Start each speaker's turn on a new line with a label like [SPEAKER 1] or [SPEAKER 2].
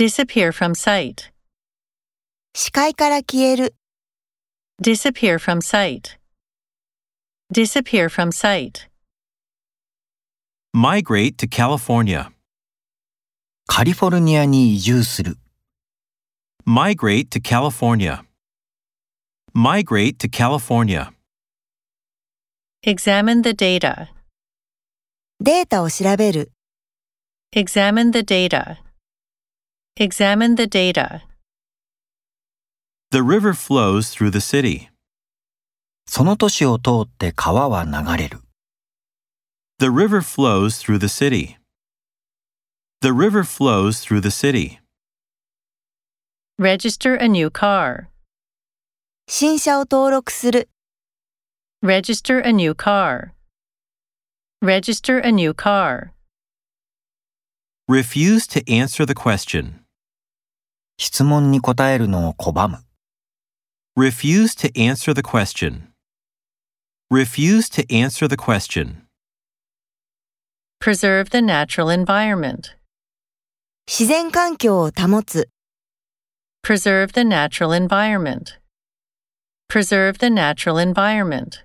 [SPEAKER 1] Disappear from sight.
[SPEAKER 2] 視界から消える、
[SPEAKER 1] Disappear from sight. Disappear from sight.
[SPEAKER 3] Migrate to California.
[SPEAKER 4] カリフォルニアに移住する。
[SPEAKER 3] Migrate to California. Migrate to California.
[SPEAKER 1] Examine the data.
[SPEAKER 2] データを調べる、
[SPEAKER 1] Examine the data. Examine the data.
[SPEAKER 3] The river flows through the city.
[SPEAKER 4] その都市を通って川は流れる。
[SPEAKER 3] The river flows through the city. The river flows through the city.
[SPEAKER 1] Register a new car.
[SPEAKER 2] 新車を登録する、
[SPEAKER 1] Register a new car. Register a new car.
[SPEAKER 3] Refuse to answer the question.
[SPEAKER 4] 質問に答えるのを拒む。
[SPEAKER 3] Refuse to answer the question. Refuse to answer the question.
[SPEAKER 1] Preserve the natural environment.
[SPEAKER 2] 自然環境を保つ、
[SPEAKER 1] Preserve the natural environment. Preserve the natural environment.